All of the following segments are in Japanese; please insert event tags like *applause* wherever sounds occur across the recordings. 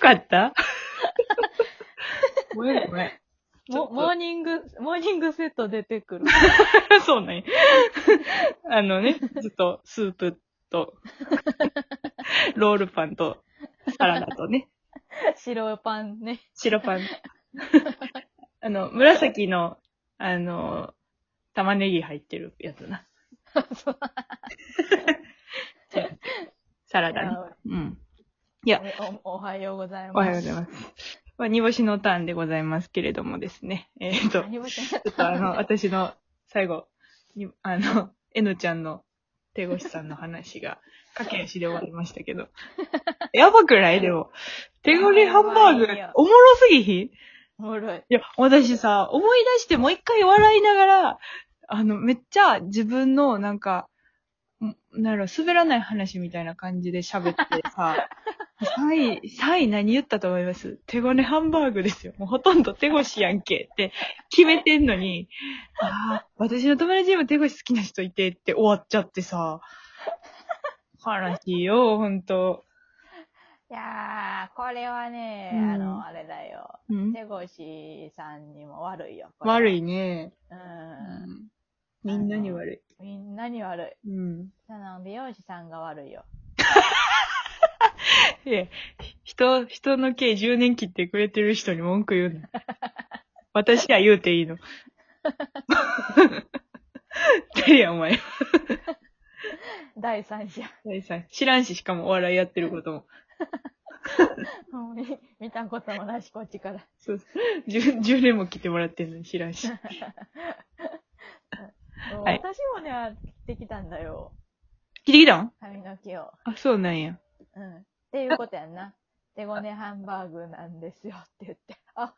かった *laughs* ごめんごめん。もモーニング、モーニングセット出てくる。そうなんや。あのね、ずっとスープ *laughs* と、ロールパンと、サラダとね、 *laughs* 白パンね。白 *laughs* パン。あの、紫の、あの、玉ねぎ入ってるやつな。そうサラダね。うん。いやおおおはようございます。おはようございます。まあ、煮干しのターンでございますけれどもですね。えっ、と、何もしちょっと *laughs* あの、私の最後に、あの、 *laughs* えのちゃんの手越しさんの話が、駆け足で終わりましたけ *laughs* ど。やばくないでも。手ごりハンバーグいやいや、おもろすぎひんいおもろい。や、私さ、思い出してもう一回笑いながら、あの、めっちゃ自分の、なんか、んなんやろ、滑らない話みたいな感じで喋って *laughs* さ、3位、3位何言ったと思います手ごねハンバーグですよ。もうほとんど手越しやんけって決めてんのに、ああ、私の友達にも手越し好きな人いてって終わっちゃってさ、悲しいよ、ほんと。いやー、これはね、うんあの、あれだよ。うん手越さんにも悪いよ。これは悪い。ね。う。うんんみんなに悪みんなに悪い。い。うん。あの、美容師さんが悪いよ。いや、人、人の計10年切ってくれてる人に文句言うな。私は言うていいの。てりや、お前。第三者。大さん知らんし、しかもお笑いやってることも。もう見見たこともないし、こっちから。そう 10, 10年も切ってもらってんのに知らんし。もうはい私もね、切ってきたんだよ。切ってきたん髪の毛を。あ、そうなんや。うん。っていうことや *laughs* んな。手ごねハンバーグなんですよって言って。あ、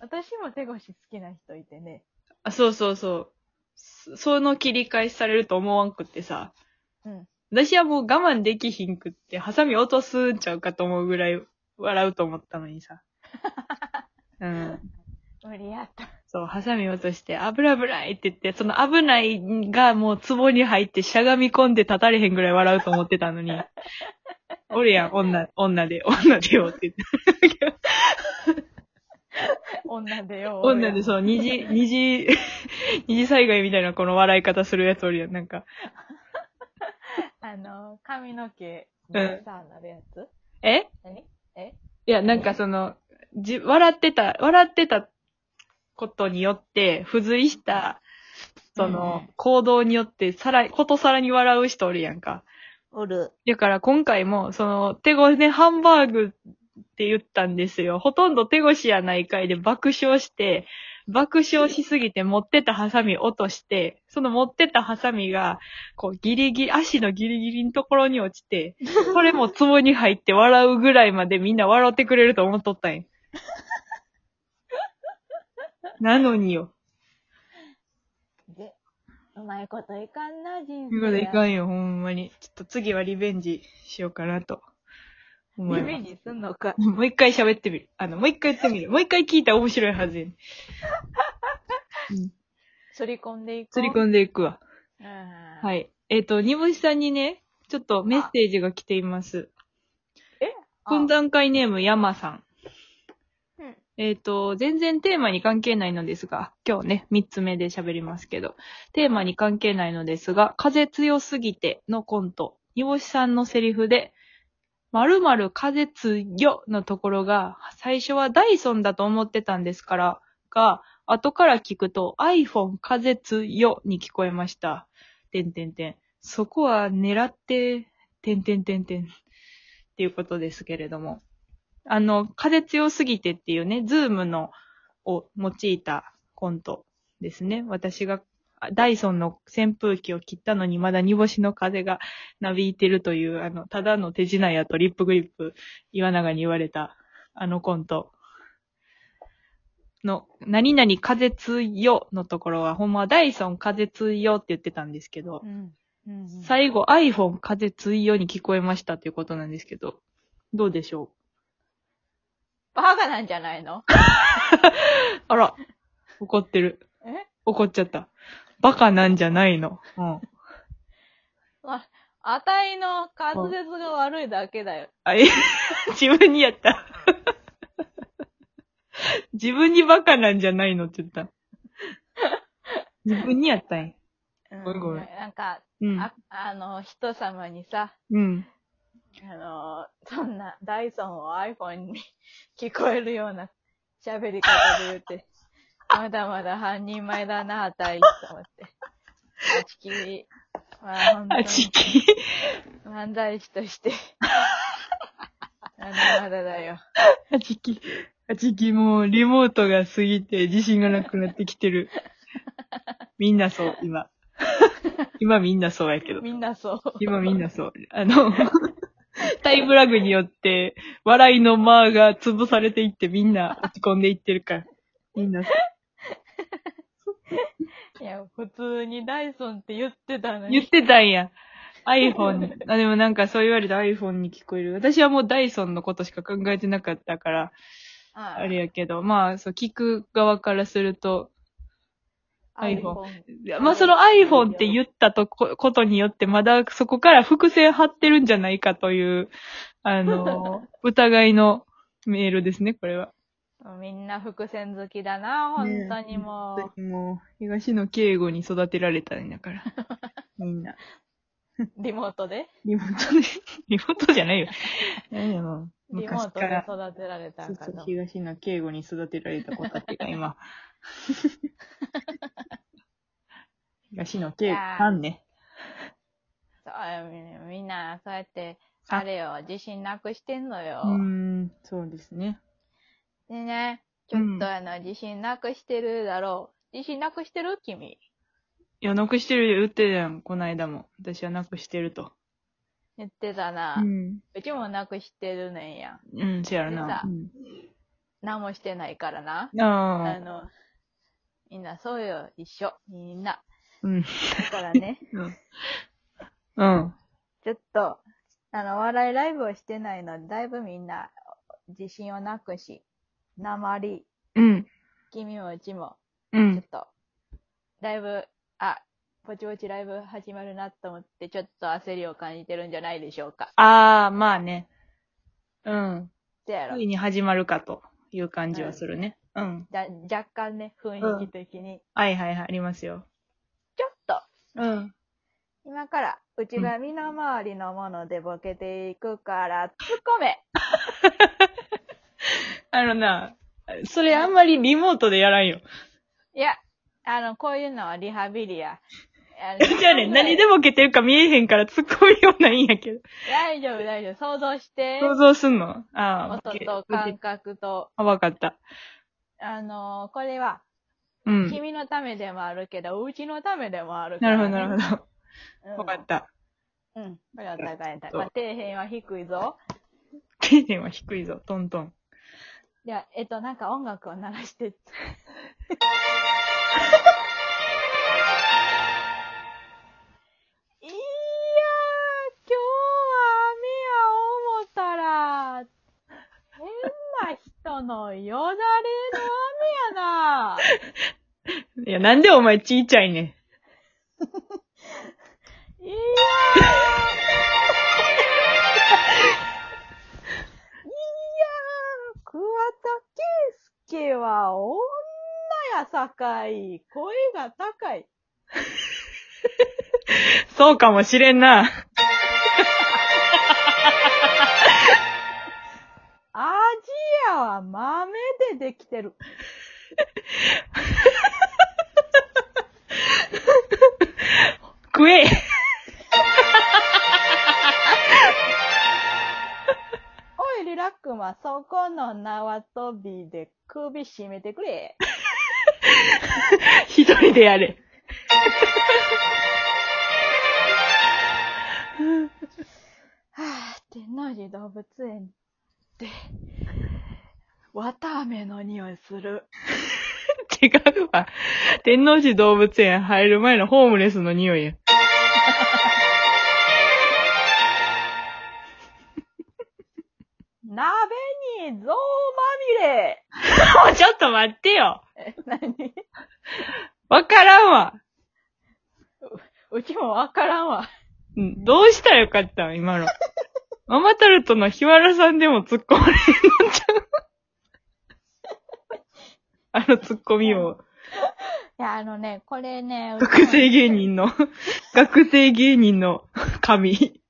私も手越し好きな人いてね。あ、そうそうそう。そその切り返しされると思わんくってさ。うん。私はもう我慢できひんくって、ハサミ落とすんちゃうかと思うぐらい笑うと思ったのに *laughs* さ。うん。無理やった。そう、ハサミ落として、危ない危ないって言って、その危ないがもう壺に入ってしゃがみ込んで立たれへんぐらい笑うと思ってたのに。おるやん、女、女で、女でよって言って。女でよ。女でそう、二次、二次、二次災害みたいなこの笑い方するやつおるやん、なんか。あの、髪の毛、うんさあなるやつ、え何えいや、なんかその、じ、笑ってた、笑ってたことによって、付随した、そのう、行動によって、さら、ことさらに笑う人おるやんか。おる。だから今回も、その、手越ね、ハンバーグって言ったんですよ。ほとんど手越しやない回で爆笑して、爆笑しすぎて持ってたハサミ落として、その持ってたハサミが、こうギリギリ、足のギリギリのところに落ちて、それも壺に入って笑うぐらいまでみんな笑ってくれると思っとったんや。なのによ。で、うまいこといかんな、人とい生うが。ことでいかんよ、ほんまに。ちょっと次はリベンジしようかなと。思いリますベンジすんのか。もう一回喋ってみる。あの、もう一回言ってみる。もう一回聞いたら面白いはずやねん。うんすり込んでいく。釣りん。込んでいくわ。は。はいい。えっ、と、煮干しさんにね、ちょっとメッセージが来ています。あ懇談会ネーム山さん。うんえっ、と、全然テーマに関係ないのですが、今日ね、三つ目で喋りますけど、テーマに関係ないのですが、風強すぎてのコント、煮干しさんのセリフで、〇〇風強のところが、最初はダイソンだと思ってたんですから、が、後から聞くと iPhone 風強に聞こえました。てんてんてん。そこは狙って、てんてんてんてん。っていうことですけれども。あの、風強すぎてっていうね、ズームのを用いたコントですね。私があダイソンの扇風機を切ったのにまだ煮干しの風がなびいてるという、あの、ただの手品やとリップグリップ岩永に言われたあのコントの、何々風強のところは、ほんまはダイソン風強って言ってたんですけど、うん。うん。最後 iPhone 風追用に聞こえましたということなんですけど、どうでしょバカなんじゃないのうあら、怒ってる。え怒っちゃった。バカなんじゃないの。うん。あ、あたいの滑舌が悪いだけだよ。 *laughs* あ、え、自分にやった。 *laughs* 自分にバカなんじゃないのって言った。自分にやったんや。ごめんごめんなんか、うんあ。あの、人様にさ、うん。あの、そんなダイソンを iPhone に *laughs* 聞こえるような喋り方で言って、まだまだ半人前だな、あたい、と思って。あちきり、まあ、本当あ、にちき。漫才師として、まだまだだよ。あちき。あちき、もう、リモートが過ぎて、自信がなくなってきてる。みんなそう、今。今みんなそうやけど。みんなそう。今みんなそう。あの、タイムラグによって、笑いの間が潰されていって、みんな落ち込んでいってるから。みんなそう、いや、普通にダイソンって言ってたの言にっ。てたんや。iPhone。あ、でもなんかそう言われて iPhone に聞こえる。私はもうダイソンのことしか考えてなかったから、ああれやけど、まあ、そう、聞く側からすると、iPhone。いやまあその iPhone って言ったとこことによって、まだそこから伏線張ってるんじゃないかという、あの、疑いのメールですね、これは。みんな伏線好きだな、本ね当にもう。もう、東野敬吾に育てられたんだから。みんな。リモートでリモートで、 *laughs* リモートじゃないよ。何やろ。リモー昔かトでら、育てられたそうかそうと。東野敬吾に育てられた子たちが今。東野敬い吾やーさんね。そうみんな、そうやって、あ彼を自信なくしてんのよう。ーん、そうですね。でね、ちょっとあの、自信なくしてるだろう。自信なくしてる君。いや、なくしてるよ、売ってたやん、この間も。私はなくしてると。言ってたうな。ん。うちもなくしてるねんや。うん、せやろでなさ。うん何もしてないからな。あああ。の、みんなそうよ、一緒。みんな。うん。だからね、うん。ちょっと、あの、お笑いライブをしてないので、だいぶみんな、自信をなくし、なまり、うん。君もうちも、うちょっん。と、だいぶ、あ、ぼちぼちライブ始まるなと思って、ちょっと焦りを感じてるんじゃないでしょうか。ああ、まあね。うん。せやろつ。いに始まるかという感じはするね。うん。だ若干ね、雰囲気的に、はいはいはい、ありますよ。ちょっと、うん。今から、うちが身の回りのものでボケていくから、突っ込めあのな、それあんまりリモートでやらんよ。いや、あの、こういうのはリハビリや。 *laughs* じゃあね、何でも。も受けてるか見えへんから突っ込みようないんやけど。大丈夫、大丈夫。想像して。想像すんのああ、音とボケ感覚と。あ、わかった。あのーこれは、うん。君のためでもあるけど、うちのためでもあるかなるらほど、なね、るほど。わうんかった。うん。これは高い高い。そうまあ、底辺は低いぞ。定点は低いぞ、トントン。では、えっと、なんか音楽を鳴らして。いやー、今日は雨や思ったら、変な人のよだれの雨やな。いや、なんでお前ちいちゃいねん。いやー。いやー、桑田佳祐は女やさかい。声が高い。そうかもしれんな。アジアは豆でできてる。食え *laughs* おい、リラックマ、そこの縄跳びで首絞めてくれ。一人でやれ。はぁ、天王寺動物園って、綿飴の匂いする。違うわ。天王寺動物園入る前のホームレスの匂いや。鍋に象まみれ。もうちょっと待ってよ。え、 *laughs* 何わからんわ。うちもわからんわ。うんどうしたらよかったの今の。ママタルトの日原さんでも突っ込まれるのちゃうあのツッコミを、いや、あのね、これね、学生芸人の、学生芸人の神。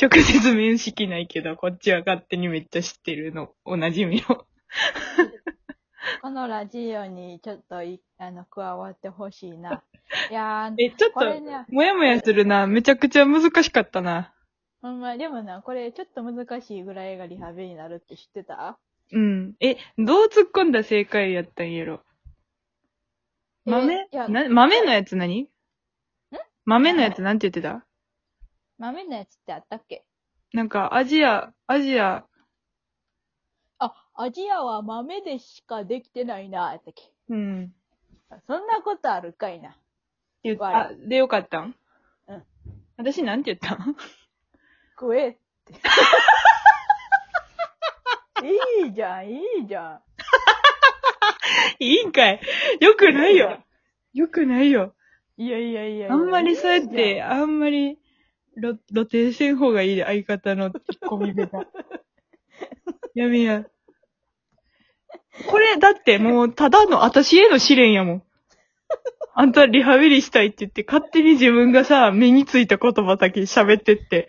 直接面識ないけど、こっちは勝手にめっちゃ知ってるの、おなじみの。このラジオにちょっとい、あの、加わってほしい *laughs* な。いやー、え、ちょっこれと、ね、もやもやするな。めちゃくちゃ難しかったな。ほんま、でもな、これちょっと難しいぐらいがリハビリになるって知ってたうん。え、どう突っ込んだ正解やったんやろ。え豆いやな豆のやつ何ん豆のやつなんて言ってた豆のやつってあったっけなんか、アジア、アジア、あ、アジアは豆でしかできてないな、ってけ。うん。そんなことあるかいな。言っあ我、でよかったんうん。私なんて言ったん食えって。 *laughs* いいじゃん、いいじゃん。いいんかい。よくないよ。よくないよ。いやいやいやいやあんまりそうやっいいじて、あんまり、露露呈せん方がいいで、相方のツッコミでが。やめや。これ、だってもう、ただの私への試練やもん。あんたリハビリしたいって言って、勝手に自分がさ、目についた言葉だけ喋ってって。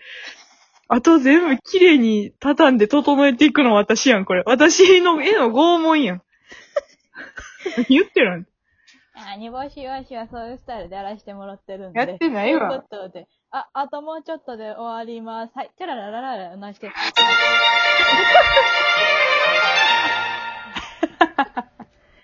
あと全部綺麗に畳んで整えていくの私やん、これ。私の絵の拷問やん。 *laughs* 何言ってるん *laughs* あ、煮干しわしはそういうスタイルでやらしてもらってるんで。やってないわということで。あ、あともうちょっとで終わります。はい、チャラララララ、同じで。